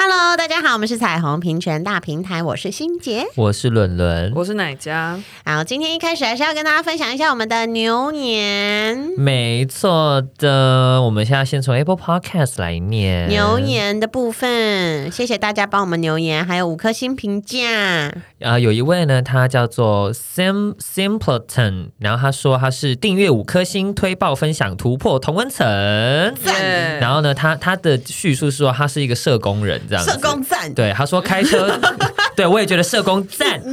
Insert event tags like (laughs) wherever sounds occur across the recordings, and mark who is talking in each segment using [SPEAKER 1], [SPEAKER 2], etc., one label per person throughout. [SPEAKER 1] Hello，大家好，我们是彩虹平权大平台，我是欣杰。
[SPEAKER 2] 我是伦伦，
[SPEAKER 3] 我是奶家，
[SPEAKER 1] 好，今天一开始还是要跟大家分享一下我们的牛年。
[SPEAKER 2] 没错的。我们现在先从 Apple Podcast 来念
[SPEAKER 1] 牛年的部分，谢谢大家帮我们留言，还有五颗星评价。
[SPEAKER 2] 啊、有一位呢，他叫做 Sam Simpleton，然后他说他是订阅五颗星，推爆分享，突破同温层。
[SPEAKER 3] 耶
[SPEAKER 2] 然后呢，他他的叙述是说他是一个社工人这样子，
[SPEAKER 1] 社工赞，
[SPEAKER 2] 对他说开车，对我也觉得社工赞。
[SPEAKER 1] (laughs)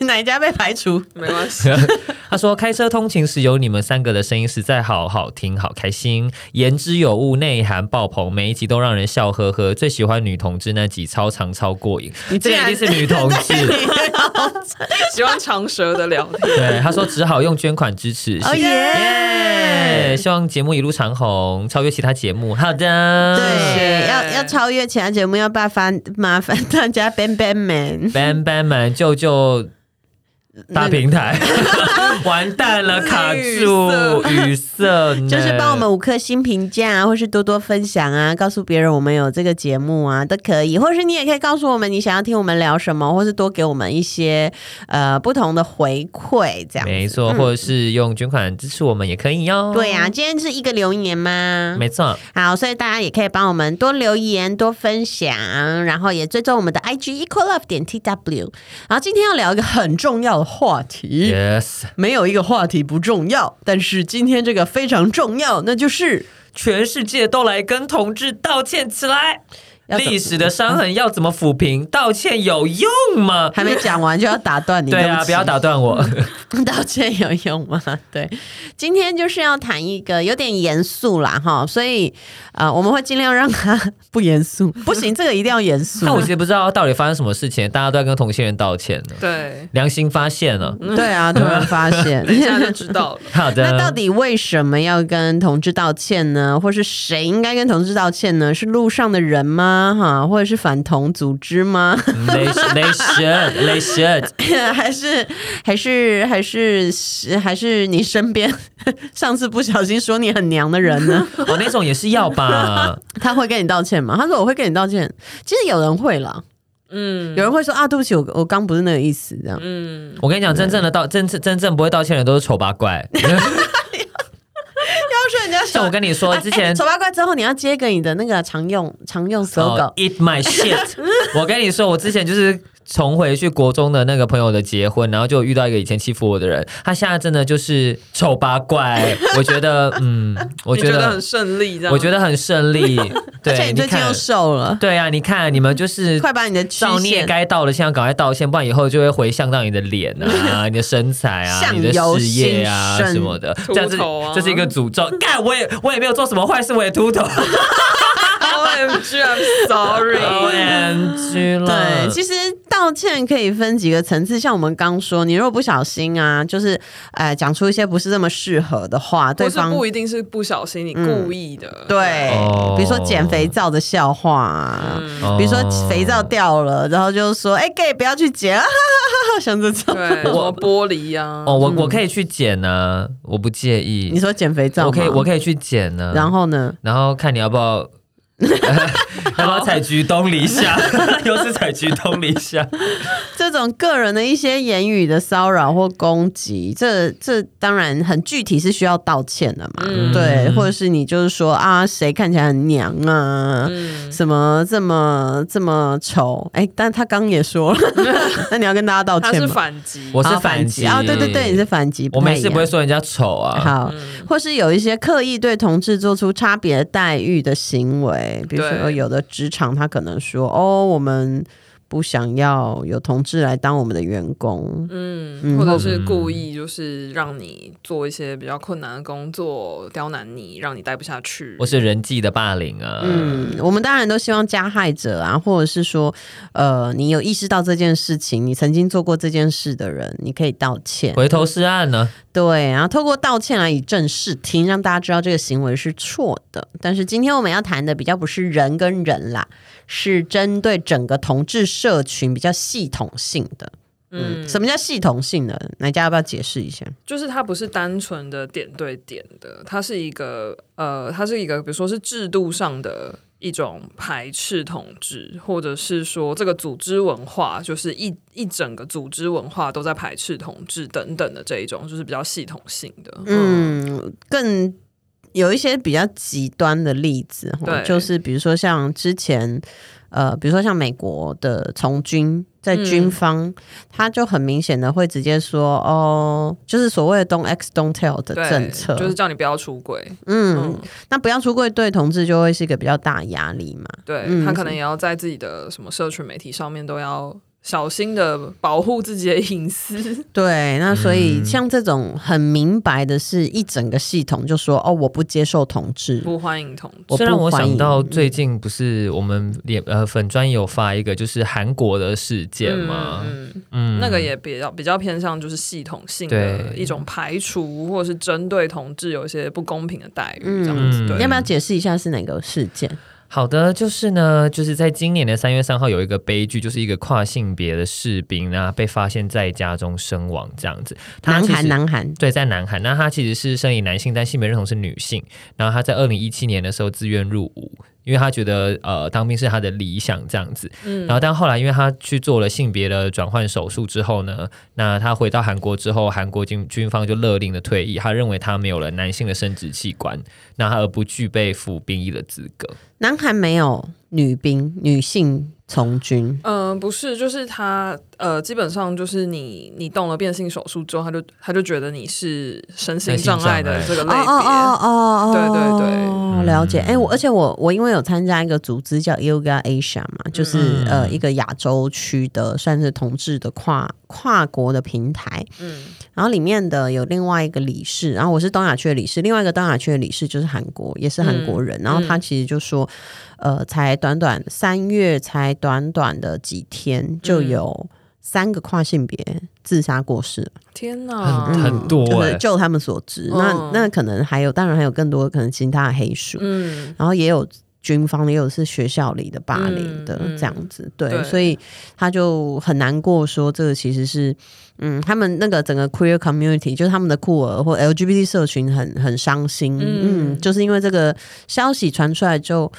[SPEAKER 1] 哪一家被排除？
[SPEAKER 3] 没关系， (laughs)
[SPEAKER 2] (laughs) 他说开车通勤时有你们三个的声音实在好好听，好开心，言之有物，内涵爆棚，每一集都让人笑呵呵。最喜欢女同志那集，超长超过瘾。你这
[SPEAKER 1] 竟
[SPEAKER 2] 个一
[SPEAKER 1] 然
[SPEAKER 2] 定是女同志。
[SPEAKER 3] 喜欢长舌的聊天。
[SPEAKER 2] 对，他说只好用捐款支持。
[SPEAKER 1] 哦
[SPEAKER 2] (laughs) 谢耶
[SPEAKER 1] 耶！
[SPEAKER 2] 希望节目一路长红，超越其他节目。好的，
[SPEAKER 1] 对，
[SPEAKER 3] 是
[SPEAKER 1] 要要超越其他节目，要麻烦麻烦大家 ban ban man。
[SPEAKER 2] ，ban ban 们救救大平台， (laughs) 完蛋了，卡
[SPEAKER 1] (laughs)
[SPEAKER 2] 住语塞呢，
[SPEAKER 1] 就是帮我们五颗星评价啊，或是多多分享啊，告诉别人我们有这个节目啊，都可以。或是你也可以告诉我们你想要听我们聊什么，或是多给我们一些呃不同的回馈，这样。嗯
[SPEAKER 2] 没错，或者是用捐款支持我们也可以哟。
[SPEAKER 1] 对啊，，今天是一个留言吗？
[SPEAKER 2] 没错，
[SPEAKER 1] 好，所以大家也可以帮我们多留言、多分享，然后也追踪我们的 IG equal love 点 tw。然后今天要聊一个很重要的话题
[SPEAKER 2] Yes，
[SPEAKER 1] 没有一个话题不重要，但是今天这个非常重要，那就是
[SPEAKER 2] 全世界都来跟同志道歉起来。
[SPEAKER 1] 要怎么
[SPEAKER 2] 历史的伤痕要怎么抚平？道歉有用吗？
[SPEAKER 1] 还没讲完就要打断你。
[SPEAKER 2] 对
[SPEAKER 1] 对
[SPEAKER 2] 啊，
[SPEAKER 1] 起嗯
[SPEAKER 2] 不要打断我。
[SPEAKER 1] (laughs) 道歉有用吗？对，今天就是要谈一个有点严肃啦，哈，所以呃，我们会尽量让它不严肃， (laughs) 不行，这个一定要严
[SPEAKER 2] (laughs)
[SPEAKER 1] 肃
[SPEAKER 2] 但。我其实不知道到底发生什么事情，大家都在跟同性人道歉呢。
[SPEAKER 3] 对，
[SPEAKER 2] 良心发现了。
[SPEAKER 1] (laughs) 对啊，突然发 (laughs) 现，
[SPEAKER 3] 等一下就知道了。
[SPEAKER 2] 好的，
[SPEAKER 1] 那到底为什么要跟同志道歉呢？或是谁应该跟同志道歉呢？是路上的人吗？哈，或者是反同组织吗？ (laughs)
[SPEAKER 2] 嗯 they should- they should they should
[SPEAKER 1] 还是还是还是还是你身边 (laughs) 上次不小心说你很娘的人呢？
[SPEAKER 2] 哦，那种也是要
[SPEAKER 1] (laughs)
[SPEAKER 2] 吧？
[SPEAKER 1] 他会跟你道歉吗？他说我会跟你道歉。其实有人会啦，
[SPEAKER 3] 嗯
[SPEAKER 1] 有人会说啊，对不起，我我刚不是那个意思，这样。
[SPEAKER 3] 嗯，
[SPEAKER 2] 我跟你讲，真正的道真正真正不会道歉的人都是丑八
[SPEAKER 1] (laughs)
[SPEAKER 2] 怪。
[SPEAKER 1] 要说人家
[SPEAKER 2] 像我跟你说，之前
[SPEAKER 1] 哎啊丑八怪之后，你要接个你的那个常用常用 slogan，、
[SPEAKER 2] 哦 eat my shit。我 (laughs) 跟你说，我之前就是重回去国中的那个朋友的结婚，然后就遇到一个以前欺负我的人，他现在真的就是丑八怪。我觉得，嗯，我
[SPEAKER 3] 你
[SPEAKER 2] 觉
[SPEAKER 3] 觉得
[SPEAKER 2] 得
[SPEAKER 3] 很，顺利，这样？
[SPEAKER 2] 我觉得很顺利。
[SPEAKER 1] (laughs) 而且
[SPEAKER 2] 对，
[SPEAKER 1] 你
[SPEAKER 2] 你
[SPEAKER 1] 最近
[SPEAKER 2] 看
[SPEAKER 1] 又，瘦了，
[SPEAKER 2] 对啊，你看你们就是
[SPEAKER 1] 快把你的曲
[SPEAKER 2] 造孽
[SPEAKER 1] 线
[SPEAKER 2] 该到的，现在赶快道歉，不然以后就会回向到你的脸啊、你的身材啊、
[SPEAKER 1] 相
[SPEAKER 2] 你的
[SPEAKER 1] 由
[SPEAKER 2] 事业啊
[SPEAKER 1] 心生
[SPEAKER 2] 什么的，
[SPEAKER 3] 秃
[SPEAKER 2] 这样子
[SPEAKER 3] 头啊
[SPEAKER 2] 这是一个诅咒。干，我也我也没有做什么坏事，我也秃头
[SPEAKER 1] (laughs)
[SPEAKER 3] O M
[SPEAKER 2] (laughs)
[SPEAKER 3] G，I'm sorry。
[SPEAKER 2] ，OMG 了。
[SPEAKER 1] 对，其实道歉可以分几个层次，像我们刚说，你如果不小心啊，就是呃讲出一些不是这么适合的话，对
[SPEAKER 3] 不是
[SPEAKER 1] 方嗯
[SPEAKER 3] 不一定是不小心，你故意的。
[SPEAKER 1] 对，
[SPEAKER 2] 哦
[SPEAKER 1] 比如说捡肥皂的笑话、
[SPEAKER 2] 哦
[SPEAKER 1] 啊，
[SPEAKER 3] 嗯
[SPEAKER 1] 比如说肥皂掉了，然后就说哎、gay 不要去捡，啊哈哈哈哈，像这种，
[SPEAKER 3] 对，什么玻璃啊？
[SPEAKER 2] 哦，我我可以去剪呢、我不介意。
[SPEAKER 1] 嗯你说捡肥皂吗，
[SPEAKER 2] 我可以我可以去剪呢、
[SPEAKER 1] 然后呢？
[SPEAKER 2] 嗯然后看你要不要。 (laughs) 要不要采菊东篱
[SPEAKER 1] (laughs)
[SPEAKER 2] 下？又是采菊东篱下。
[SPEAKER 1] 这种个人的一些言语的骚扰或攻击，这这当然很具体，是需要道歉的嘛。
[SPEAKER 3] 嗯
[SPEAKER 1] 对，或者是你就是说啊，谁看起来很娘啊，
[SPEAKER 3] 嗯，
[SPEAKER 1] 什么这么这么丑？哎，但他刚也说
[SPEAKER 3] (laughs)
[SPEAKER 1] 了，那你要跟大家道
[SPEAKER 3] 他
[SPEAKER 1] 歉
[SPEAKER 3] 是
[SPEAKER 1] 吗？
[SPEAKER 3] 反击。
[SPEAKER 2] 我是
[SPEAKER 1] 啊
[SPEAKER 2] 反击
[SPEAKER 1] 啊，对对对，你是反击，
[SPEAKER 2] 我每
[SPEAKER 1] 太
[SPEAKER 2] 次
[SPEAKER 1] 一
[SPEAKER 2] 不会
[SPEAKER 1] 样
[SPEAKER 2] 说人家丑啊。
[SPEAKER 1] 好，或是有一些刻意对同志做出差别待遇的行为，比如说
[SPEAKER 3] 对
[SPEAKER 1] 有的职场他可能说哦，我们不想要有同志来当我们的员工。
[SPEAKER 3] 嗯，或者是故意就是让你做一些比较困难的工作，刁难你，让你待不下去
[SPEAKER 2] 或。是人际的霸凌啊，
[SPEAKER 1] 嗯，我们当然都希望加害者啊，或者是说，呃，你有意识到这件事情，你曾经做过这件事的人，你可以道歉，
[SPEAKER 2] 回头是岸啊呢、
[SPEAKER 1] 对，然后透过道歉来以正视听，让大家知道这个行为是错的。但是今天我们要谈的比较不是人跟人啦，是针对整个同志社群比较系统性的。嗯，
[SPEAKER 3] 嗯，
[SPEAKER 1] 什么叫系统性的？奶家要不要解释一下？
[SPEAKER 3] 就是它不是单纯的点对点的，它是一个呃，它是一个比如说是制度上的一种排斥统治，或者是说这个组织文化就是一一整个组织文化都在排斥统治等等的这一种，就是比较系统性的。嗯
[SPEAKER 1] 嗯，更有一些比较极端的例子哈，
[SPEAKER 3] 对
[SPEAKER 1] 就是比如说像之前，呃，比如说像美国的从军，在军方，他就很明显的会直接说，哦，就是所谓的 “don't X don't tell” 的
[SPEAKER 3] 对
[SPEAKER 1] 政策，
[SPEAKER 3] 就是叫你不要出轨，
[SPEAKER 1] 嗯
[SPEAKER 3] 嗯，，
[SPEAKER 1] 那不要出柜对同志就会是一个比较大的压力嘛，
[SPEAKER 3] 对、
[SPEAKER 1] 嗯
[SPEAKER 3] 他可能也要在自己的什么社群媒体上面都要小心的保护自己的
[SPEAKER 1] (laughs)
[SPEAKER 3] 隐私。
[SPEAKER 1] 对，那所以像这种很明白的是一整个系统就说，哦，我不接受同志，
[SPEAKER 3] 不欢迎同志
[SPEAKER 1] 我
[SPEAKER 2] 虽然
[SPEAKER 1] 不
[SPEAKER 2] 我
[SPEAKER 1] 欢
[SPEAKER 2] 想
[SPEAKER 1] 迎
[SPEAKER 2] 到最近不是我们脸呃粉专有发一个就是韩国的事件嘛，
[SPEAKER 3] 嗯嗯
[SPEAKER 2] 嗯，
[SPEAKER 3] 那个也比较比较偏向就是系统性的
[SPEAKER 2] 对
[SPEAKER 3] 一种排除，或者是针对同志有一些不公平的待遇这样
[SPEAKER 2] 嗯
[SPEAKER 3] 子。对，
[SPEAKER 1] 要不要解释一下是哪个事件？
[SPEAKER 2] 好的，就是呢，就是在今年的三月三号有一个悲剧，就是一个跨性别的士兵呢被发现在家中身亡这样子，他
[SPEAKER 1] 南
[SPEAKER 2] 其实
[SPEAKER 1] 韩，南韩，
[SPEAKER 2] 对，在南韩，那他其实是生理男性，但性别认同是女性。然后他在二零一七年的时候自愿入伍，因为他觉得呃当兵是他的理想这样子。
[SPEAKER 3] 嗯
[SPEAKER 2] 然后但后来因为他去做了性别的转换手术之后呢，那他回到韩国之后，韩国军军方就勒令的退役，他认为他没有了男性的生殖器官，那他而不具备服兵役的资格。
[SPEAKER 1] 南韩没有女兵，女性从军。
[SPEAKER 3] 嗯、不是，就是他呃，基本上就是你你动了变性手术之后，他就他就觉得你是身心
[SPEAKER 2] 身心
[SPEAKER 3] 障碍
[SPEAKER 2] 障
[SPEAKER 3] 的
[SPEAKER 2] 碍
[SPEAKER 3] 这个类
[SPEAKER 1] 哦
[SPEAKER 3] 别。
[SPEAKER 1] 哦哦哦哦，
[SPEAKER 3] 对对对
[SPEAKER 1] 对了解。哎、我而且我我因为有参加一个组织叫 Yoga Asia 嘛，就是、
[SPEAKER 2] 嗯
[SPEAKER 1] 呃一个亚洲区的算是同志的跨跨国的平台，
[SPEAKER 3] 嗯
[SPEAKER 1] 然后里面的有另外一个理事，然后我是东亚区的理事，另外一个东亚区的理事就是韩国，也是韩国人。然后他其实就说，呃，才短短三月，才短短的几天，就有三个跨性别自杀过世了。
[SPEAKER 3] 天
[SPEAKER 1] 哦
[SPEAKER 3] 哪，
[SPEAKER 2] 很很多
[SPEAKER 1] 就
[SPEAKER 2] 欸
[SPEAKER 1] 是就他们所知，
[SPEAKER 3] 嗯
[SPEAKER 1] 那那可能还有，当然还有更多可能其他的黑数，
[SPEAKER 3] 嗯
[SPEAKER 1] 然后也有军方，也有是学校里的霸凌的、
[SPEAKER 3] 嗯嗯
[SPEAKER 1] 这样子，对，
[SPEAKER 3] 对
[SPEAKER 1] 所以他就很难过，说这个其实是，嗯，他们那个整个 queer community 就是他们的酷儿或 LGBT 社群很很伤心，嗯
[SPEAKER 3] 嗯
[SPEAKER 1] 就是因为这个消息传出来就。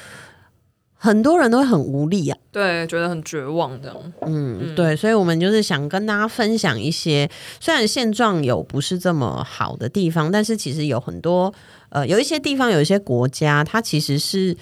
[SPEAKER 1] 很多人都会很无力啊，
[SPEAKER 3] 对，觉得很绝望这样。
[SPEAKER 1] 嗯，
[SPEAKER 3] 嗯
[SPEAKER 1] 对，所以我们就是想跟大家分享一些，虽然现状有不是这么好的地方，但是其实有很多呃，有一些地方，有一些国家，它其实是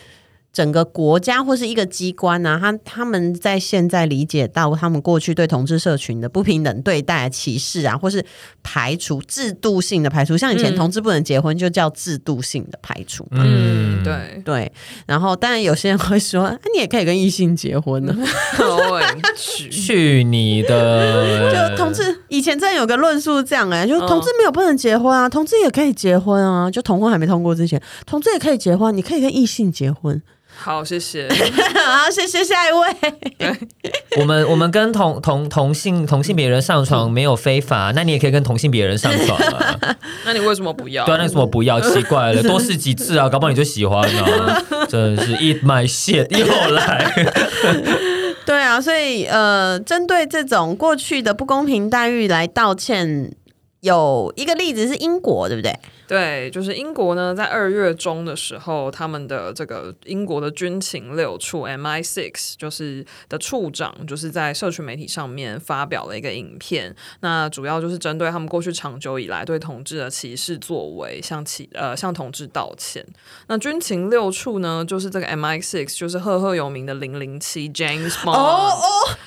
[SPEAKER 1] 整个国家或是一个机关呢、啊，他他们在现在理解到他们过去对同志社群的不平等对待、歧视啊，或是排除制度性的排除，像以前
[SPEAKER 3] 嗯
[SPEAKER 1] 同志不能结婚就叫制度性的排除。
[SPEAKER 3] 嗯，。对 (laughs)
[SPEAKER 1] 对，然后当然有些人会说，啊、你也可以跟异性结婚呢、啊
[SPEAKER 3] ，O M G，
[SPEAKER 2] 去你
[SPEAKER 1] (laughs)
[SPEAKER 2] 的！
[SPEAKER 1] 就同志以前真的有个论述是这样哎、就
[SPEAKER 3] 嗯
[SPEAKER 1] 同志没有不能结婚啊，同志也可以结婚啊，就同婚还没通过之前，同志也可以结婚，你可以跟异性结 (laughs) 婚。
[SPEAKER 3] 好，谢谢。
[SPEAKER 1] 好，啊谢谢下一位。
[SPEAKER 2] 我们我们跟同同同性同性别人上
[SPEAKER 1] 嗯
[SPEAKER 2] 床没有非法，那你也可以跟同性别人上床
[SPEAKER 1] (laughs)
[SPEAKER 2] 啊。
[SPEAKER 3] 那你为什么不要？
[SPEAKER 2] 对啊，那什么不要？奇怪了，多试几次啊，搞不好你就喜欢呢、
[SPEAKER 1] (laughs)
[SPEAKER 2] 真的是 eat my shit 又来。
[SPEAKER 1] (laughs) 对啊，所以呃，针对这种过去的不公平待遇来道歉，有一个例子是英国，对不对？
[SPEAKER 3] 对，就是英国呢，在二月中的时候，他们的这个英国的军情六处 MI6 就是的处长，就是在社群媒体上面发表了一个影片，那主要就是针对他们过去长久以来对同志的歧视作为，向其呃向同志道歉。那军情六处呢，就是这个 MI6，就是赫赫有名的零零七 James
[SPEAKER 2] 哦
[SPEAKER 3] Bond。
[SPEAKER 1] 哦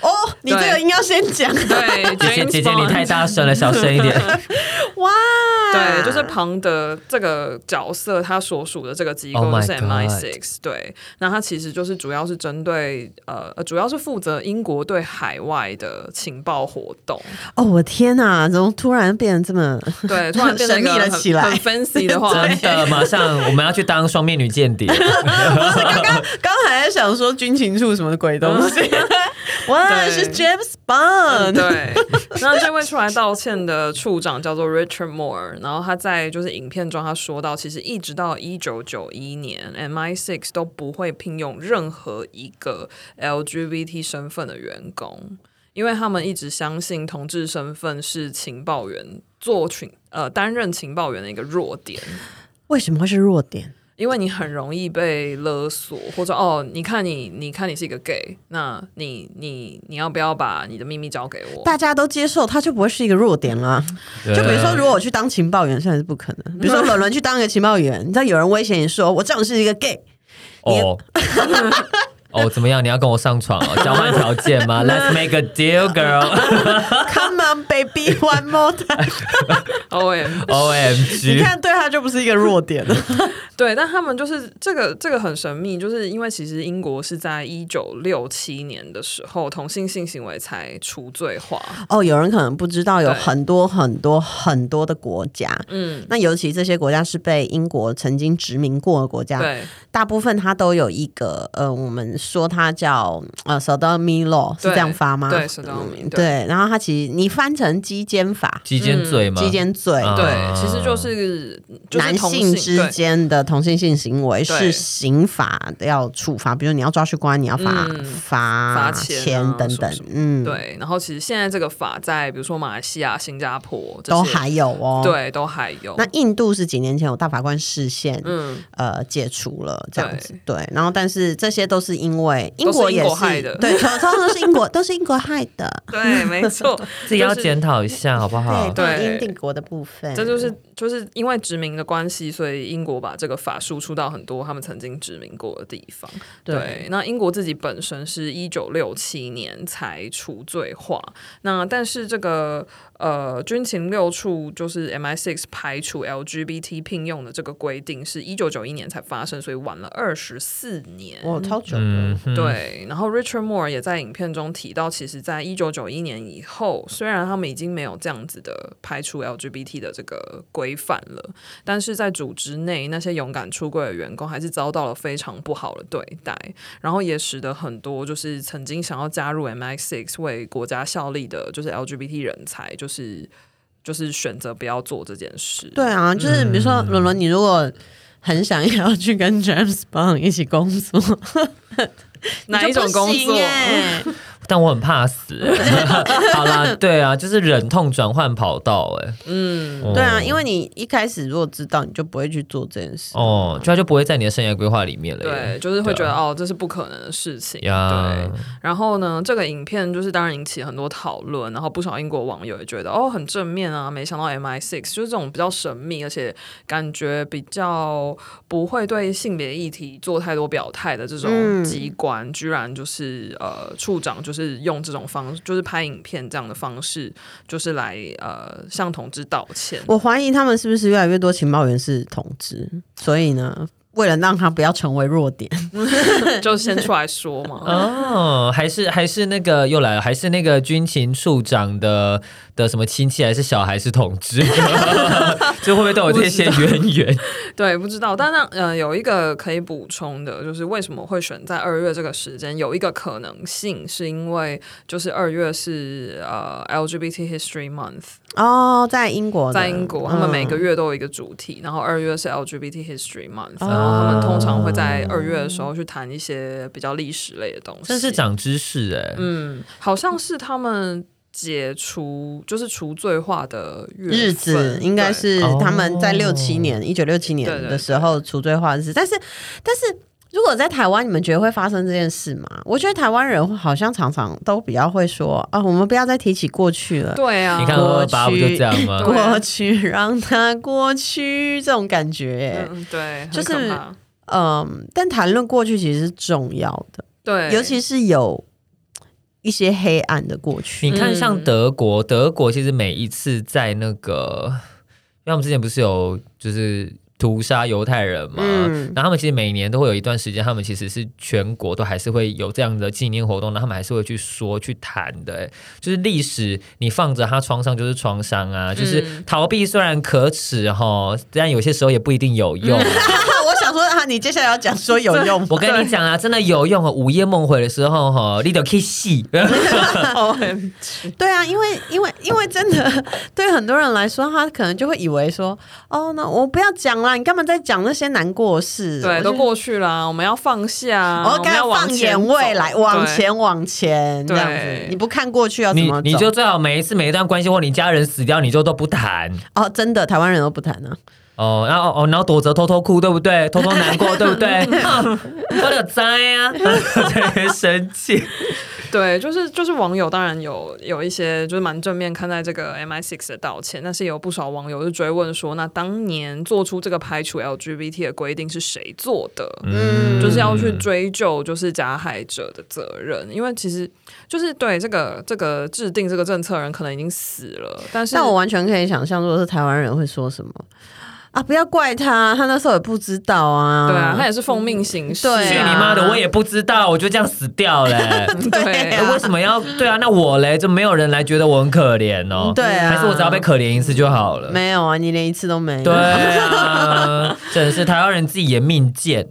[SPEAKER 1] 哦，你这个应该要先讲。
[SPEAKER 3] 对，
[SPEAKER 2] (laughs) 姐姐
[SPEAKER 3] James
[SPEAKER 2] 姐姐你
[SPEAKER 3] Bond
[SPEAKER 2] 太大声了，小声一点。
[SPEAKER 1] (laughs) 哇，
[SPEAKER 3] 对，就是庞德这个角色，他所属的这个机
[SPEAKER 2] Oh
[SPEAKER 3] 构
[SPEAKER 2] my
[SPEAKER 3] 是 MI6，、对，那他其实就是主要是针对呃，呃主要是负责英国对海外的情报活动，
[SPEAKER 1] 哦，我天哪，怎么突然变得这么？
[SPEAKER 3] 对，突然变得一个
[SPEAKER 1] 神秘了
[SPEAKER 3] 很
[SPEAKER 1] 起来
[SPEAKER 3] 很 fancy 的话
[SPEAKER 2] 真的，马上我们要去当双面女间谍，
[SPEAKER 1] (laughs) 刚还在想说军情处什么鬼东西， (laughs) 哇， (laughs)
[SPEAKER 3] 对
[SPEAKER 1] 是 James Bond，
[SPEAKER 3] 嗯对， (laughs) 那这位出来道歉的处长叫做 Richard Moore，然后他在就是影片中他说到，其实一直到一九九一年，MI6 都不会聘用任何一个 LGBT 身份的员工，因为他们一直相信同志身份是情报员做群呃担任情报员的一个弱点。
[SPEAKER 1] 为什么会是弱点？
[SPEAKER 3] 因为你很容易被勒索，或者哦，你看你，你看你是一个 gay，那你你你要不要把你的秘密交给我？
[SPEAKER 1] 大家都接受，它就不会是一个弱点了。 (laughs) 就比如说，如果我去当情报员，虽然是不可
[SPEAKER 3] 嗯
[SPEAKER 1] 能。比如说，伦伦去当一个情报员，你知道有人威胁你说，我这样是一个
[SPEAKER 3] (laughs)
[SPEAKER 1] gay，
[SPEAKER 2] 哦。哦，怎么样？你要跟我上床哦？交换条件
[SPEAKER 1] (laughs)
[SPEAKER 2] 吗？Let's make a deal, girl. (laughs)
[SPEAKER 1] Come on, baby, one more time。
[SPEAKER 3] O M，
[SPEAKER 2] O M
[SPEAKER 1] 你
[SPEAKER 2] G！
[SPEAKER 1] 看，嗯对他就不是一个弱点了。
[SPEAKER 3] 对，但他们就是这个这个很神秘，就是因为其实英国是在一九六七年的时候，同性性行为才除罪化。
[SPEAKER 1] 哦，有人可能不知道，有
[SPEAKER 3] 对
[SPEAKER 1] 很多很多很多的国家，
[SPEAKER 3] 嗯，
[SPEAKER 1] 那尤其这些国家是被英国曾经殖民过的国家，
[SPEAKER 3] 对
[SPEAKER 1] 大部分它都有一个呃，我们说它叫呃 sodomy law，是
[SPEAKER 3] 对
[SPEAKER 1] 这样发吗？
[SPEAKER 3] 对 sodomy，
[SPEAKER 1] 嗯
[SPEAKER 3] 对
[SPEAKER 1] 对。然后它其实你翻成鸡奸法、
[SPEAKER 2] 鸡奸罪吗？
[SPEAKER 1] 鸡奸罪，
[SPEAKER 2] 啊
[SPEAKER 3] 对，其实就是就是
[SPEAKER 1] 男
[SPEAKER 3] 同
[SPEAKER 1] 性之
[SPEAKER 3] 对
[SPEAKER 1] 间的同性性行为
[SPEAKER 3] 对
[SPEAKER 1] 是刑法要处罚，比如你要抓去关，你要罚、
[SPEAKER 3] 嗯
[SPEAKER 1] 罚
[SPEAKER 3] 罚钱啊
[SPEAKER 1] 等
[SPEAKER 3] 什么
[SPEAKER 1] 等，
[SPEAKER 3] 什么
[SPEAKER 1] 嗯，，
[SPEAKER 3] 对，然后其实现在这个法在比如说马来西亚、新加坡这
[SPEAKER 1] 都
[SPEAKER 3] 些
[SPEAKER 1] 还有哦。，
[SPEAKER 3] 对都还有。
[SPEAKER 1] 那印度是几年前有大法官视线。
[SPEAKER 3] 嗯，
[SPEAKER 1] 呃，解除了这样子，对，然后但是这些都是因为英
[SPEAKER 3] 都是
[SPEAKER 1] 国
[SPEAKER 3] 英
[SPEAKER 1] 也
[SPEAKER 3] 国害的
[SPEAKER 1] 对，通通都是英国，都 (laughs) 是英国害的，
[SPEAKER 3] 对，没
[SPEAKER 1] (laughs)
[SPEAKER 3] 错，
[SPEAKER 2] 自己要
[SPEAKER 3] 就是
[SPEAKER 2] 检讨一下，好不好
[SPEAKER 1] 对，？都是
[SPEAKER 3] 对
[SPEAKER 1] 英帝国的部分，
[SPEAKER 3] 这就是就是因为殖民的关系，所以英国把这个法输出到很多他们曾经殖民过的地方。
[SPEAKER 1] 对
[SPEAKER 3] 那英国自己本身是一九六七年才除罪化，那但是这个呃军情六处就是 MI6 排除 LGBT 聘用的这个规定，是一九九一年才发生，所以晚了二十四年。
[SPEAKER 1] 我超久的，
[SPEAKER 2] 嗯，哼，
[SPEAKER 3] 对，然后 Richard Moore 也在影片中提到，其实，在一九九一年以后，虽然他们已经没有这样子的排除 LGBT 的这个规范了，但是在组织内，那些勇敢出柜的员工还是遭到了非常不好的对待，然后也使得很多就是曾经想要加入 MI6 为国家效力的，就是 LGBT 人才，就是就是选择不要做这件事。
[SPEAKER 1] 对啊，就是比如说伦伦，你如果很想要去跟 James (laughs) Bond 一起工作，
[SPEAKER 3] 哪一种工
[SPEAKER 1] 你就不行？
[SPEAKER 3] 作
[SPEAKER 1] 欸
[SPEAKER 2] 但我很怕死。
[SPEAKER 1] (laughs)
[SPEAKER 2] 好啦，对啊，就是忍痛转换跑道，哎，嗯，
[SPEAKER 1] 对啊，因为你一开始如果知道，你就不会去做这件事。
[SPEAKER 2] 哦，就他就不会在你的生涯规划里面了耶。
[SPEAKER 3] 对，就是会觉
[SPEAKER 2] 对
[SPEAKER 3] 得、
[SPEAKER 2] 啊
[SPEAKER 3] 哦，这是不可能的事情。
[SPEAKER 2] 呀
[SPEAKER 3] 对，，然后呢，这个影片就是当然引起很多讨论，然后不少英国网友也觉得哦很正面啊，没想到 MI6 就是这种比较神秘，而且感觉比较不会对性别议题做太多表态的这种
[SPEAKER 1] 嗯
[SPEAKER 3] 机关，居然就是呃处长就是用这种方，就是拍影片这样的方式，就是来呃向同志道歉。
[SPEAKER 1] 我怀疑他们是不是越来越多情报员是同志，所以呢，为了让他不要成为弱点，
[SPEAKER 3] 就先出来说嘛。
[SPEAKER 2] 哦，还是还是那个又来了，还是那个军情处长的的什么亲戚，还是小孩是同
[SPEAKER 1] (laughs)
[SPEAKER 2] 志，就会不会都有这些渊源？
[SPEAKER 3] 对，不知道。但那呃，有一个可以补充的，就是为什么会选在二月这个时间？有一个可能性是因为就是二月是呃 LGBT History Month，
[SPEAKER 1] 哦，在英国的，
[SPEAKER 3] 在英国他们每个
[SPEAKER 1] 嗯
[SPEAKER 3] 月都有一个主题，然后二月是 LGBT History Month，、
[SPEAKER 1] 哦
[SPEAKER 3] 然后他们通常会在二月的时候去谈一些比较历史类的东西。
[SPEAKER 2] 真是长知识哎、
[SPEAKER 3] 嗯，好像是他们。解除就是除罪化的月
[SPEAKER 1] 日子
[SPEAKER 3] 份
[SPEAKER 1] 应该
[SPEAKER 3] 对
[SPEAKER 1] 是
[SPEAKER 2] 哦
[SPEAKER 1] 他们在六七年、一九六七年
[SPEAKER 3] 对对
[SPEAKER 1] 的时候除罪化日子，但是但是。如果在台湾，你们觉得会发生这件事吗？我觉得台湾人好像常常都比较会说啊，我们不要再提起过去了，
[SPEAKER 3] 对啊，
[SPEAKER 2] 你看
[SPEAKER 1] 过
[SPEAKER 2] 二八不就这样吗
[SPEAKER 1] 嗯
[SPEAKER 3] 去？对啊
[SPEAKER 1] 过去 (laughs) 让它过去，这种感觉。
[SPEAKER 3] 嗯对，很
[SPEAKER 1] 就是
[SPEAKER 3] 可怕
[SPEAKER 1] 嗯，但谈论过去其实是重要的，
[SPEAKER 3] 对，
[SPEAKER 1] 尤其是有一些黑暗的过去。
[SPEAKER 2] 你看，像
[SPEAKER 3] 嗯
[SPEAKER 2] 德国，德国其实每一次在那个。为他们之前不是有就是屠杀犹太人嘛，
[SPEAKER 1] 嗯
[SPEAKER 2] 那他们其实每年都会有一段时间，他们其实是全国都还是会有这样的纪念活动，那他们还是会去说去谈的、欸就是历史你放着它创伤就是创伤啊，就是逃避虽然可耻哈，但有些时候也不一定有用。
[SPEAKER 1] (laughs) 嗯我想说啊，你接下来要讲说有用吗
[SPEAKER 2] 我跟你讲啊，真的有用哦！午夜梦回的时候哈，你都可以 (laughs) 戏。
[SPEAKER 3] O M，
[SPEAKER 1] 对啊，因为因为因为真的对很多人来说，他可能就会以为说，哦，那我不要讲啦，你干嘛在讲那些难过的事？
[SPEAKER 3] 对，
[SPEAKER 1] 我
[SPEAKER 3] 都
[SPEAKER 1] 就。
[SPEAKER 3] 过去啦，我们要放下，
[SPEAKER 1] 我
[SPEAKER 3] 我们
[SPEAKER 1] 该
[SPEAKER 3] 要往
[SPEAKER 1] 放
[SPEAKER 3] 前
[SPEAKER 1] 眼
[SPEAKER 3] 走
[SPEAKER 1] 未来，往。前往前这
[SPEAKER 3] 对
[SPEAKER 1] 样子，你不看过去要怎
[SPEAKER 2] 你
[SPEAKER 1] 么走？
[SPEAKER 2] 你就最好每一次每一段关系或你家人死掉，你就都不谈
[SPEAKER 1] 哦，真的，台湾人都不谈啊呢、
[SPEAKER 2] 哦，然后哦，然后躲着偷偷哭，对不对？偷偷难过，对不
[SPEAKER 1] (laughs)
[SPEAKER 2] 对？哼我有灾啊， (laughs) 特别生气。
[SPEAKER 3] 对，就是就是网友当然有有一些就是蛮正面看待这个 MI6 的道歉，但是也有不少网友就追问说，那当年做出这个排除 LGBT 的规定是谁做的？
[SPEAKER 1] 嗯
[SPEAKER 3] 就是要去追究就是加害者的责任，因为其实就是对这个这个制定这个政策的人可能已经死了，但是
[SPEAKER 1] 但我完全可以想象，如果是台湾人会说什么啊？不要怪他，他那时候也不知道啊。
[SPEAKER 3] 对啊，他也是奉命行事、
[SPEAKER 1] 对啊
[SPEAKER 2] 去你妈的！我也不知道，我就这样死掉
[SPEAKER 1] (laughs)
[SPEAKER 2] 了。
[SPEAKER 3] 对
[SPEAKER 1] 啊
[SPEAKER 2] 哎为什么要对啊？那我嘞，就没有人来觉得我很可怜哦。
[SPEAKER 1] 对啊
[SPEAKER 2] 还是我只要被可怜一次就好了。
[SPEAKER 1] 没有啊，你连一次都没有。
[SPEAKER 2] 对啊，真是台湾人自己也命
[SPEAKER 1] (laughs)
[SPEAKER 2] 贱。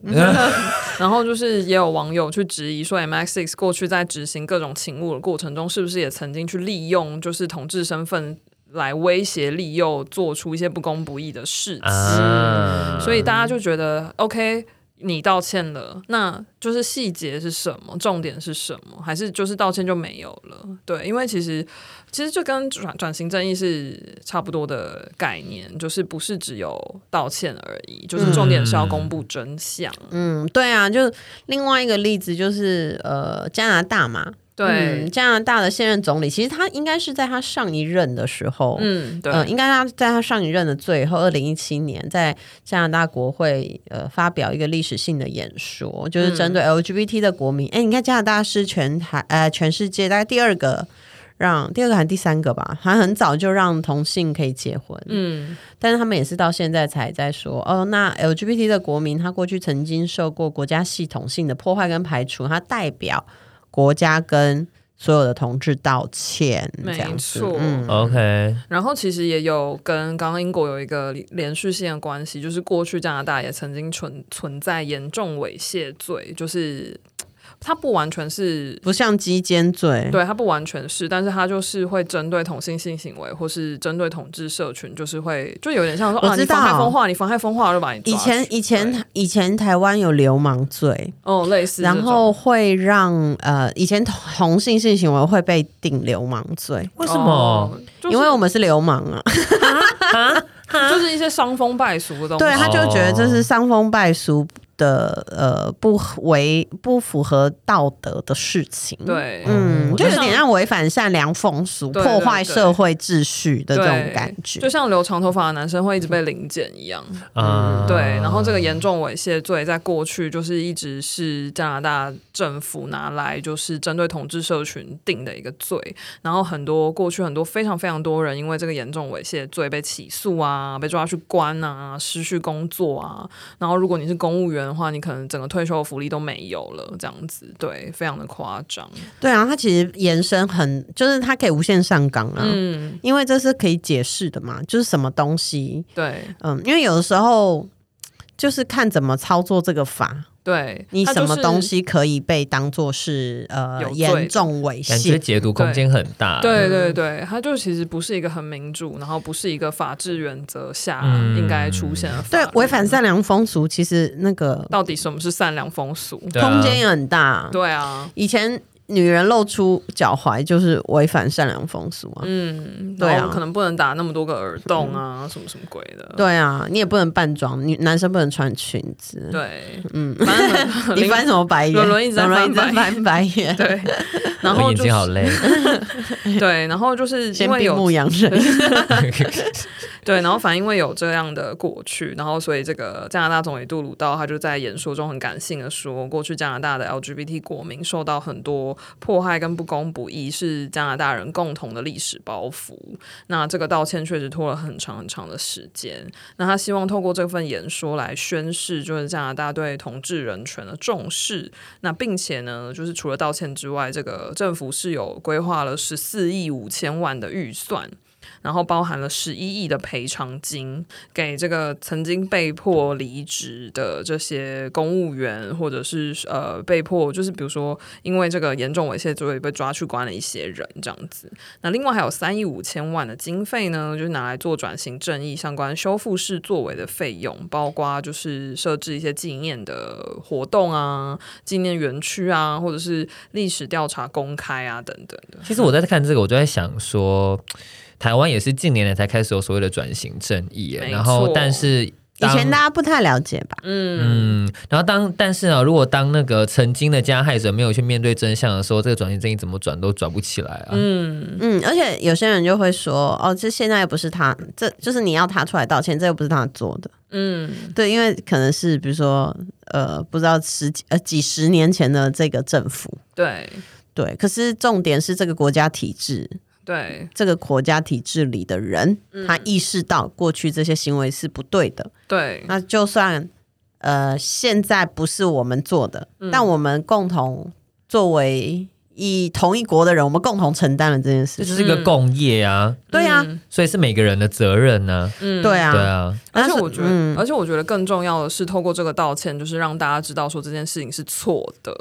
[SPEAKER 3] 然后就是也有网友去质疑说，MX6 过去在执行各种勤务的过程中，是不是也曾经去利用就是同志身份来威胁利诱，做出一些不公不义的事情？
[SPEAKER 2] 啊
[SPEAKER 3] 所以大家就觉得，OK，你道歉了，那就是细节是什么，重点是什么，还是就是道歉就没有了？对，因为其实其实就跟转转型正义是差不多的概念，就是不是只有道歉而已，就是重点是要公布真相。
[SPEAKER 1] 嗯，对啊，就另外一个例子就是呃，加拿大嘛，
[SPEAKER 3] 对
[SPEAKER 1] 嗯，加拿大的现任总理，其实他应该是在他上一任的时候，
[SPEAKER 3] 嗯，对，
[SPEAKER 1] 呃，应该他在他上一任的最后，二零一七年在加拿大国会呃发表一个历史性的演说，就是
[SPEAKER 3] 嗯
[SPEAKER 1] 针对 LGBT 的国民。哎、你看加拿大是全台呃全世界大概第二个让第二个还是第三个吧，好像很早就让同性可以结婚，
[SPEAKER 3] 嗯，
[SPEAKER 1] 但是他们也是到现在才在说哦，那 LGBT 的国民他过去曾经受过国家系统性的破坏跟排除，他代表国家跟。所有的同志道歉，这
[SPEAKER 3] 没
[SPEAKER 1] 样子
[SPEAKER 3] 错，
[SPEAKER 1] 嗯，
[SPEAKER 2] OK，
[SPEAKER 3] 然后其实也有跟刚刚英国有一个连续性的关系，就是过去加拿大也曾经存存在严重猥亵罪，就是它不完全是。
[SPEAKER 1] 不像鸡奸罪，
[SPEAKER 3] 对，它不完全是，但是它就是会针对同性性行为，或是针对同志社群，就是会就有点像说
[SPEAKER 1] 我
[SPEAKER 3] 啊，
[SPEAKER 1] 知
[SPEAKER 3] 你妨害
[SPEAKER 1] 道
[SPEAKER 3] 风化，你妨害风化，我就把你抓
[SPEAKER 1] 以前
[SPEAKER 3] 去
[SPEAKER 1] 以前以前台湾有流氓罪，
[SPEAKER 3] 哦类似这种，
[SPEAKER 1] 然后会让呃以前同同性性行为会被定流氓罪，
[SPEAKER 2] 为什么？
[SPEAKER 3] 哦就是、
[SPEAKER 1] 因为我们是流氓啊，
[SPEAKER 3] 就是一些伤风败俗的东西，
[SPEAKER 1] 对，他就觉得
[SPEAKER 2] 哦
[SPEAKER 1] 这是伤风败俗的呃不违不符合道德的事情，，
[SPEAKER 3] 对，
[SPEAKER 1] 嗯，
[SPEAKER 2] 我
[SPEAKER 1] 就有
[SPEAKER 3] 就
[SPEAKER 1] 点
[SPEAKER 3] 像
[SPEAKER 1] 让违反善良风俗、
[SPEAKER 3] 对
[SPEAKER 1] 破坏
[SPEAKER 3] 对对
[SPEAKER 1] 社会秩序的这种
[SPEAKER 3] 对
[SPEAKER 1] 感觉
[SPEAKER 3] 就，像留长头发的男生会一直被零检一样。
[SPEAKER 1] 嗯
[SPEAKER 2] 啊
[SPEAKER 3] 对，然后这个严重猥亵罪在过去就是一直是加拿大政府拿来就是针对同志社群定的一个罪，然后很多过去很多非常非常多人因为这个严重猥亵罪被起诉啊，被抓去关啊，失去工作啊，然后如果你是公务员的话，你可能整个退休的福利都没有了，这样子，对，非常的夸张，
[SPEAKER 1] 对啊，它其实延伸很，就是它可以无限上纲啊，
[SPEAKER 3] 嗯，
[SPEAKER 1] 因为这是可以解释的嘛，就是什么东西，
[SPEAKER 3] 对
[SPEAKER 1] 嗯，因为有的时候就是看怎么操作这个法，
[SPEAKER 3] 对，
[SPEAKER 1] 你
[SPEAKER 3] 它就
[SPEAKER 1] 什么
[SPEAKER 3] 是
[SPEAKER 1] 东西可以被当做是呃
[SPEAKER 3] 有罪的
[SPEAKER 1] 严重猥
[SPEAKER 2] 感觉
[SPEAKER 1] 亵。
[SPEAKER 2] 解读空间很大。
[SPEAKER 3] 对对对，它就其实不是一个很民主，然后不是一个法治原则下
[SPEAKER 2] 嗯
[SPEAKER 3] 应该出现的法
[SPEAKER 1] 对
[SPEAKER 3] 律、，
[SPEAKER 1] 违反善良风俗，其实那个
[SPEAKER 3] 到底什么是善良风俗？
[SPEAKER 2] 对啊
[SPEAKER 1] 空间也很大。
[SPEAKER 3] 对啊，
[SPEAKER 1] 以前女人露出脚踝就是违反善良风俗啊。
[SPEAKER 3] 嗯，
[SPEAKER 1] 对啊嗯
[SPEAKER 3] 然后可能不能打那么多个耳洞啊，什么什么鬼的。
[SPEAKER 1] 对啊，你也不能扮装，女男生不能穿裙子。
[SPEAKER 3] 对，
[SPEAKER 1] 嗯，
[SPEAKER 3] 反正 (laughs) 很
[SPEAKER 1] 你翻什么白眼？
[SPEAKER 3] 伦伦一直在
[SPEAKER 1] 伦伦
[SPEAKER 3] 翻白
[SPEAKER 1] 翻白眼，
[SPEAKER 3] (laughs)
[SPEAKER 1] (laughs)
[SPEAKER 3] 对，然
[SPEAKER 2] 我
[SPEAKER 3] 后
[SPEAKER 2] 眼
[SPEAKER 3] 就
[SPEAKER 2] 睛好
[SPEAKER 3] 是
[SPEAKER 2] 累。
[SPEAKER 3] 对，然后就是因
[SPEAKER 1] 先
[SPEAKER 3] 为
[SPEAKER 1] 闭
[SPEAKER 3] 有
[SPEAKER 1] 目养神。
[SPEAKER 3] 对，然后反正因为有这样的过去，然后所以这个加拿大总理杜鲁道他就在演说中很感性的说，过去加拿大的 LGBT 国民受到很多迫害跟不公不义，是加拿大人共同的历史包袱。那这个道歉确实拖了很长很长的时间。那他希望透过这份演说来宣示，就是加拿大对同志人权的重视。那并且呢，就是除了道歉之外，这个政府是有规划了十四亿五千万的预算。然后包含了十一亿的赔偿金，给这个曾经被迫离职的这些公务员，或者是呃被迫就是比如说因为这个严重猥亵罪被抓去关了一些人这样子。那另外还有三亿五千万的经费呢，就是拿来做转型正义相关修复式作为的费用，包括就是设置一些纪念的活动啊、纪念园区啊，或者是历史调查公开啊等等的。
[SPEAKER 2] 其实我在看这个，我就在想说，台湾也是近年来才开始有所谓的转型正义耶，
[SPEAKER 3] 没
[SPEAKER 2] 然后
[SPEAKER 3] 错
[SPEAKER 2] 但是
[SPEAKER 1] 以
[SPEAKER 2] 当
[SPEAKER 1] 前大家不太了解吧？
[SPEAKER 2] 嗯，然后当但是啊，如果当那个曾经的加害者没有去面对真相的时候，这个转型正义怎么转都转不起来啊。
[SPEAKER 3] 嗯，
[SPEAKER 1] 嗯，而且有些人就会说，哦，这现在又不是他，这就是你要他出来道歉，这又不是他做的。
[SPEAKER 3] 嗯，
[SPEAKER 1] 对，因为可能是比如说，呃，不知道十几呃几十年前的这个政府，
[SPEAKER 3] 对
[SPEAKER 1] 对。可是重点是这个国家体制，
[SPEAKER 3] 对
[SPEAKER 1] 这个国家体制里的人，
[SPEAKER 3] 嗯
[SPEAKER 1] 他意识到过去这些行为是不 (laughs) 对的。
[SPEAKER 3] 对，
[SPEAKER 1] 那就算呃现在不是我们做的，
[SPEAKER 3] 嗯
[SPEAKER 1] 但我们共同作为以同一国的人，我们共同承担了这件事
[SPEAKER 2] 这
[SPEAKER 1] 情。
[SPEAKER 2] 就是一个共业啊，
[SPEAKER 1] 对啊，
[SPEAKER 3] 嗯
[SPEAKER 2] 所以是每个人的责任呢、
[SPEAKER 3] 嗯
[SPEAKER 1] 对啊，
[SPEAKER 2] 对啊，
[SPEAKER 3] 而且
[SPEAKER 1] 但是
[SPEAKER 3] 我觉得，
[SPEAKER 1] 嗯
[SPEAKER 3] 而且我觉得更重要的是，透过这个道歉，就是让大家知道说这件事情是错的。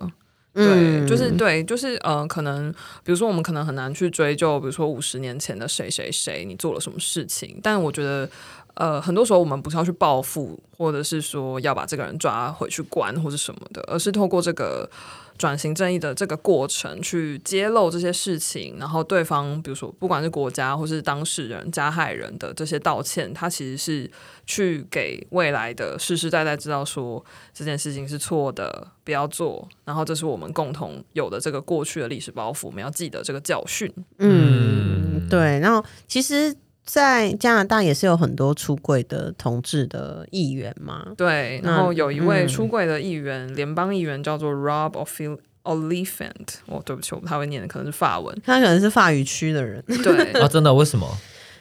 [SPEAKER 1] 嗯
[SPEAKER 3] 对，就是对，就是呃，可能比如说我们可能很难去追究，比如说五十年前的谁谁谁，你做了什么事情。但我觉得，呃，很多时候我们不是要去报复，或者是说要把这个人抓回去关或是什么的，而是透过这个转型正义的这个过程去揭露这些事情，然后对方比如说不管是国家或是当事人、加害人的这些道歉，他其实是去给未来的世世代代知道说这件事情是错的，不要做。然后这是我们共同有的这个过去的历史包袱，我们要记得这个教训。
[SPEAKER 1] 嗯，对。然后其实，在加拿大也是有很多出柜的同志的议员嘛。
[SPEAKER 3] 对，
[SPEAKER 1] 那
[SPEAKER 3] 然后有一位
[SPEAKER 1] 嗯。
[SPEAKER 3] 出柜的议员，联邦议员叫做 Rob O'Fil。Oliphant，哦，对不起，我不太会念的，可能是法文
[SPEAKER 1] 他可能是法语区的人，
[SPEAKER 3] 对， (laughs)
[SPEAKER 2] 哦，真的为什么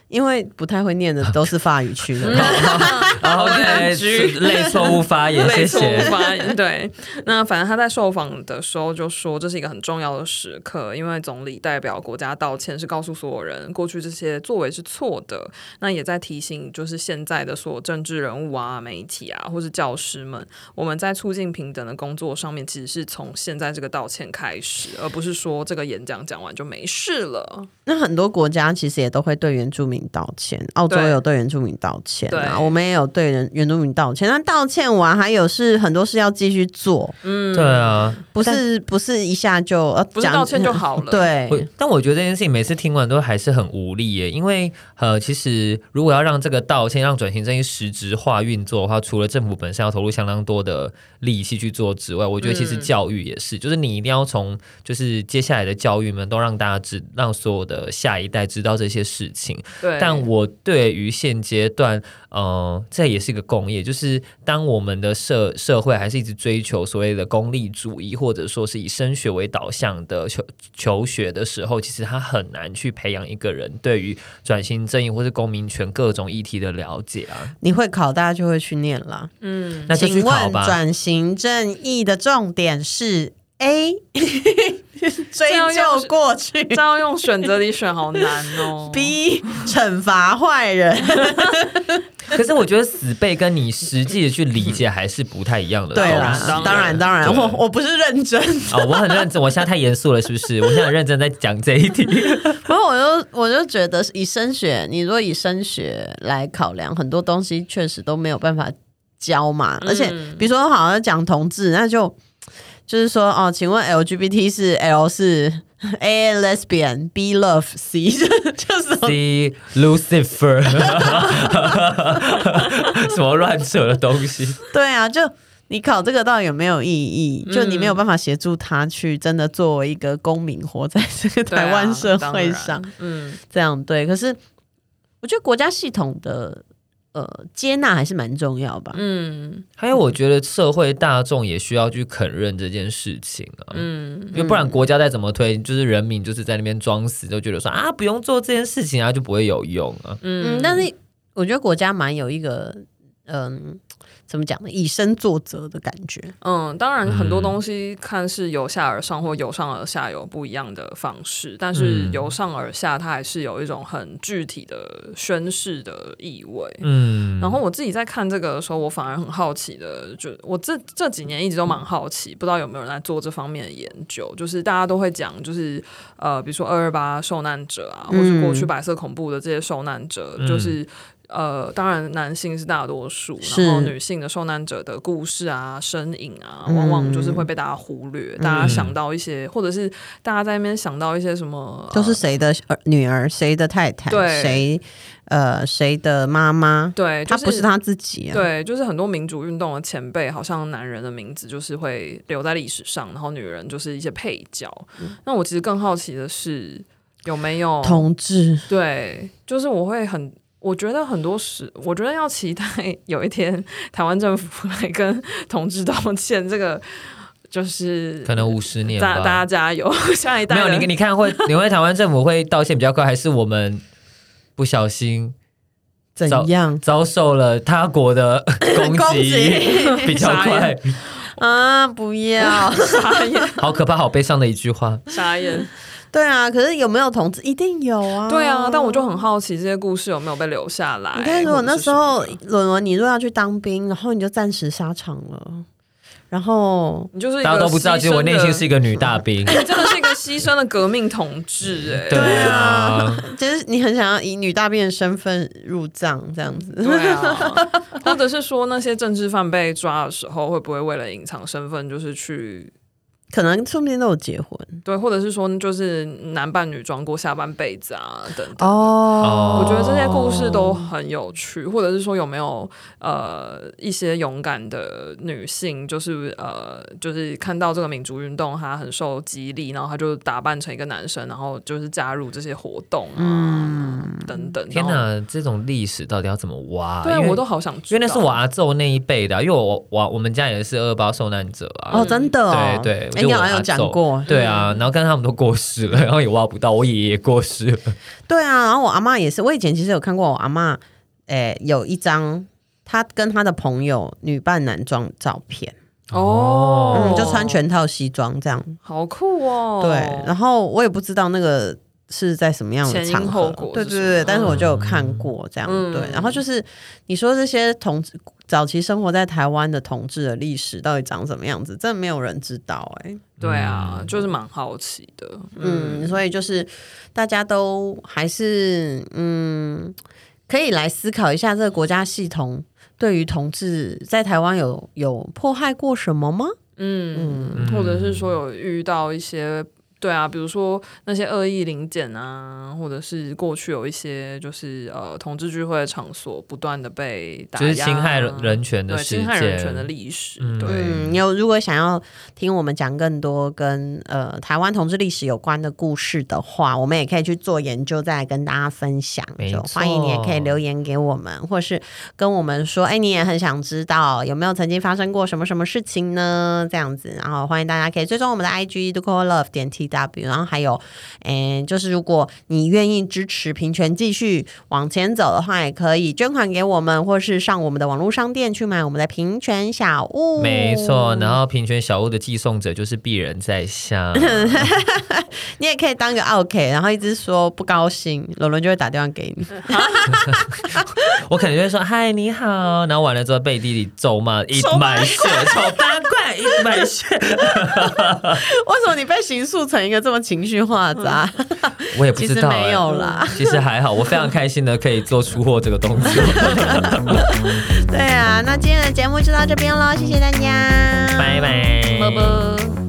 [SPEAKER 1] 因为不太会念的都是法语区
[SPEAKER 3] (laughs)
[SPEAKER 1] 的人。
[SPEAKER 2] 哦？OK，是类错误发言，谢
[SPEAKER 3] (laughs) 类似
[SPEAKER 2] 谢。
[SPEAKER 3] 发言。对，那反正他在受访的时候就说，这是一个很重要的时刻，因为总理代表国家道歉，是告诉所有人过去这些作为是错的。那也在提醒，就是现在的所有政治人物啊、媒体啊，或是教师们，我们在促进平等的工作上面，其实是从现在这个道歉开始，而不是说这个演讲讲完就没事了。
[SPEAKER 1] 那很多国家其实也都会对原住民道歉，澳洲
[SPEAKER 3] 对
[SPEAKER 1] 有对原住民道歉啊，
[SPEAKER 3] 对
[SPEAKER 1] 我们也有对人原住民道歉。那道歉完还有是很多事要继续做，
[SPEAKER 2] 对啊，
[SPEAKER 1] 不是不是一下就呃
[SPEAKER 3] 不是道歉就
[SPEAKER 1] 讲
[SPEAKER 3] 好了。
[SPEAKER 2] 我
[SPEAKER 1] (laughs) 对，
[SPEAKER 2] 但我觉得这件事情每次听完都还是很无力耶，因为呃，其实如果要让这个道歉、让转型正义实质化运作的话，除了政府本身要投入相当多的力气去做之外，我觉得其实
[SPEAKER 3] 嗯
[SPEAKER 2] 教育也是，就是你一定要从就是接下来的教育们都让大家知，让所有的下一代知道这些事情。
[SPEAKER 3] 对，
[SPEAKER 2] 但我对于现阶段，呃，这也是一个共业，就是当我们的社社会还是一直追求所谓的功利主义，或者说是以升学为导向的求求学的时候，其实他很难去培养一个人对于转型正义或是公民权各种议题的了解啊。
[SPEAKER 1] 你会考，大家就会去念了。
[SPEAKER 3] 嗯，
[SPEAKER 2] 那就去
[SPEAKER 1] 请
[SPEAKER 2] 考
[SPEAKER 1] 问
[SPEAKER 2] 吧。
[SPEAKER 1] 转型正义的重点是 A，追
[SPEAKER 3] 样要
[SPEAKER 1] 究
[SPEAKER 3] 是
[SPEAKER 1] 过去
[SPEAKER 3] 这样用选择题选好难
[SPEAKER 1] (laughs)
[SPEAKER 3] 哦。
[SPEAKER 1] ；B，惩罚坏人。
[SPEAKER 2] 可是我觉得死背跟你实际的去理解还是不太一样的东
[SPEAKER 1] 对
[SPEAKER 2] 西。
[SPEAKER 1] 啦，当然当然，
[SPEAKER 2] 对
[SPEAKER 1] 我我不是认真
[SPEAKER 2] 啊、我很认真，我现在太严肃了，是不是？我现在很认真在讲这一题。
[SPEAKER 1] (laughs) 然后我就我就觉得，以升学，你如果以升学来考量，很多东西确实都没有办法教嘛。
[SPEAKER 3] 嗯
[SPEAKER 1] 而且，比如说，好像讲同志，那就就是说，哦，请问 LGBT 是 L 是 A lesbian B love C (laughs) 就是。
[SPEAKER 2] C Lucifer，什么乱扯的东西？
[SPEAKER 1] 对啊，就你考这个到底有没有意
[SPEAKER 3] 嗯
[SPEAKER 1] 义？就你没有办法协助他去真的作为一个公民活在这个
[SPEAKER 3] 对啊
[SPEAKER 1] 台湾社
[SPEAKER 3] 当
[SPEAKER 1] 会
[SPEAKER 3] 然
[SPEAKER 1] 上，
[SPEAKER 3] 嗯，
[SPEAKER 1] 这样对。可是我觉得国家系统的呃接纳还是蛮重要吧。
[SPEAKER 3] 嗯
[SPEAKER 2] 还有，我觉得社会大众也需要去肯认这件事情啊，
[SPEAKER 3] 嗯，
[SPEAKER 2] 因为不然国家再怎么推，就是人民就是在那边装死，都觉得说啊不用做这件事情啊，就不会有用啊。
[SPEAKER 1] 嗯，但是我觉得国家蛮有一个嗯、怎么讲呢，以身作则的感觉。
[SPEAKER 3] 嗯，当然很多
[SPEAKER 2] 嗯
[SPEAKER 3] 东西看是由下而上或由上而下有不一样的方式，但是
[SPEAKER 2] 嗯
[SPEAKER 3] 由上而下它还是有一种很具体的宣誓的意味。
[SPEAKER 2] 嗯，
[SPEAKER 3] 然后我自己在看这个的时候，我反而很好奇的，就我这这几年一直都蛮好奇，不知道有没有人在做这方面的研究。就是大家都会讲，就是呃，比如说二二八受难者啊，或是过
[SPEAKER 1] 嗯
[SPEAKER 3] 去白色恐怖的这些受难者，
[SPEAKER 2] 嗯
[SPEAKER 3] 就是。呃，当然男性是大多数，
[SPEAKER 1] 是
[SPEAKER 3] 然后女性的受难者的故事啊、身影啊，
[SPEAKER 1] 嗯
[SPEAKER 3] 往往就是会被大家忽略。大家想到一些，或者是大家在那边想到一些什么，呃
[SPEAKER 1] 都是谁的儿女儿，谁的太太，
[SPEAKER 3] 哦对
[SPEAKER 1] 谁呃谁的妈妈，
[SPEAKER 3] 对，就
[SPEAKER 1] 他不是他自己啊。
[SPEAKER 3] 对，就是很多民主运动的前辈，好像男人的名字就是会留在历史上，然后女人就是一些配角。那我其实更好奇的是，有没有
[SPEAKER 1] 嗯同志，
[SPEAKER 3] 对，就是我会很。我觉得很多时，我觉得要期待 (laughs) 有一天台湾政府 (laughs) 来跟同志道歉，这个就是
[SPEAKER 2] 可能五十年
[SPEAKER 3] 大
[SPEAKER 2] 吧，
[SPEAKER 3] 大家加油， (laughs) 下一代
[SPEAKER 2] 没有
[SPEAKER 3] 的
[SPEAKER 2] 你，你看会，你会台湾政府会道歉比较快，还是我们不小心
[SPEAKER 1] 怎
[SPEAKER 2] 早
[SPEAKER 1] 样
[SPEAKER 2] 遭受了他国的 (coughs) 攻
[SPEAKER 1] 攻
[SPEAKER 2] 击
[SPEAKER 1] 击
[SPEAKER 2] 比较
[SPEAKER 3] 傻
[SPEAKER 2] 快？
[SPEAKER 1] 啊？不要，
[SPEAKER 3] 傻眼
[SPEAKER 2] (laughs)
[SPEAKER 3] (laughs)
[SPEAKER 2] 好可怕，好悲伤的一句话。
[SPEAKER 3] 傻眼，
[SPEAKER 1] (laughs) 对啊。可是有没有同志？一定有啊。
[SPEAKER 3] 对啊，但我就很好奇这些故事有没有被留下来。
[SPEAKER 1] 你看，如果那时
[SPEAKER 3] 或
[SPEAKER 1] 候
[SPEAKER 3] 者是什么的
[SPEAKER 1] 伦伦，你若要去当兵，然后你就暂时沙场了，然后
[SPEAKER 3] 你就是一个
[SPEAKER 2] 大家都不知道，
[SPEAKER 3] 牺
[SPEAKER 2] 其实我
[SPEAKER 3] 牲
[SPEAKER 2] 内
[SPEAKER 3] 的
[SPEAKER 2] 心是一个女大
[SPEAKER 3] (laughs)
[SPEAKER 2] 兵。
[SPEAKER 3] 你真的是一个牺牲的革命同志
[SPEAKER 2] (laughs)
[SPEAKER 3] 哎、
[SPEAKER 2] 对啊，
[SPEAKER 1] 其实你很想要以女大兵的身份入藏，这样子。
[SPEAKER 3] 对啊，或者是说那些政治犯被抓的时候，会不会为了隐藏身份，就是去
[SPEAKER 1] 可能说不定都有结婚
[SPEAKER 3] 对，或者是说就是男扮女装过下半辈子啊等等。
[SPEAKER 1] 哦
[SPEAKER 3] 我觉得这些故事都很有趣，或者是说有没有呃一些勇敢的女性，就是呃就是看到这个民族运动，她很受激励，然后她就打扮成一个男生，然后就是加入这些活动啊、等等。
[SPEAKER 2] 天
[SPEAKER 3] 然后！
[SPEAKER 2] 哪，这种历史到底要怎么挖？
[SPEAKER 3] 对啊，
[SPEAKER 2] 因为
[SPEAKER 3] 我都好想知
[SPEAKER 2] 因
[SPEAKER 3] 道。
[SPEAKER 2] 为那是我阿昼那一辈的啊、因为我我我们家也是二二八受难者啊。
[SPEAKER 1] 哦，真的哦，
[SPEAKER 2] 对对
[SPEAKER 1] 哎你好
[SPEAKER 2] 我觉得我
[SPEAKER 1] 像有
[SPEAKER 2] 阿
[SPEAKER 1] 讲
[SPEAKER 2] 祖
[SPEAKER 1] 过，
[SPEAKER 2] 对啊，
[SPEAKER 3] 嗯
[SPEAKER 2] 然后但是他们都过世了，然后也挖不到，我爷爷过世
[SPEAKER 3] (laughs)
[SPEAKER 2] 了。
[SPEAKER 1] 对啊，然后我阿妈也是，我以前其实有看过我阿妈，诶，有一张她跟她的朋友女扮男装照片，
[SPEAKER 3] 哦
[SPEAKER 1] 嗯，就穿全套西装这样，
[SPEAKER 3] 好酷哦！
[SPEAKER 1] 对，然后我也不知道那个是在什么样的
[SPEAKER 3] 前因
[SPEAKER 1] 场
[SPEAKER 3] 后
[SPEAKER 1] 合，
[SPEAKER 3] 果
[SPEAKER 1] 对
[SPEAKER 3] 是
[SPEAKER 1] 对
[SPEAKER 3] 什么
[SPEAKER 1] 对，但是我就有看过这样，
[SPEAKER 3] 嗯
[SPEAKER 1] 对。然后就是你说这些同志早期生活在台湾的同志的历史到底长什么样子，真的没有人知道哎、
[SPEAKER 3] 对啊，就是蛮好奇的。嗯，
[SPEAKER 1] 嗯，所以就是大家都还是嗯，可以来思考一下这个国家系统对于同志在台湾有有迫害过什么吗？
[SPEAKER 3] 嗯，或者是说有遇到一些。对啊，比如说那些恶意零检啊，或者是过去有一些就是呃同志聚会的场所不断的被打
[SPEAKER 2] 就
[SPEAKER 3] 压，啊
[SPEAKER 2] 是侵害人权的
[SPEAKER 3] 对
[SPEAKER 2] 事
[SPEAKER 3] 侵
[SPEAKER 2] 件，
[SPEAKER 3] 害人权的历史，
[SPEAKER 2] 嗯
[SPEAKER 3] 对，
[SPEAKER 1] 嗯，有如果想要听我们讲更多跟呃台湾同志历史有关的故事的话，我们也可以去做研究，再来跟大家分享。
[SPEAKER 2] 没
[SPEAKER 1] 就
[SPEAKER 2] 错
[SPEAKER 1] 欢迎你也可以留言给我们，或是跟我们说，哎，你也很想知道有没有曾经发生过什么什么事情呢？这样子，然后欢迎大家可以追踪我们的 IG d u c o love 点 tw，然后还有，哎，就是如果你愿意支持平权继续往前走的话，也可以捐款给我们，或是上我们的网络商店去买我们的平权小物。
[SPEAKER 2] 没
[SPEAKER 3] 嗯
[SPEAKER 2] 错。然后平权小屋的寄送者就是鄙人在下，
[SPEAKER 3] (laughs)
[SPEAKER 1] 你也可以当个 OK，然后一直说不高兴，伦伦就会打电话给你。
[SPEAKER 2] 我可能就会说嗨你好，然后完了之后被弟弟咒骂一满血，丑八怪一满血，
[SPEAKER 1] (laughs) 为什么你被形塑成一个这么情绪化的、啊？
[SPEAKER 2] (laughs) 我也不
[SPEAKER 1] 其
[SPEAKER 2] 知
[SPEAKER 1] 实
[SPEAKER 2] 道、
[SPEAKER 1] 没
[SPEAKER 2] 哎
[SPEAKER 1] 有啦，
[SPEAKER 2] 其实还好，我非常开心的可以做出货这个动作。 (laughs)
[SPEAKER 1] 对啊。那今天的节目就到这边喽，谢谢大家，
[SPEAKER 2] 拜拜，
[SPEAKER 3] 啵啵。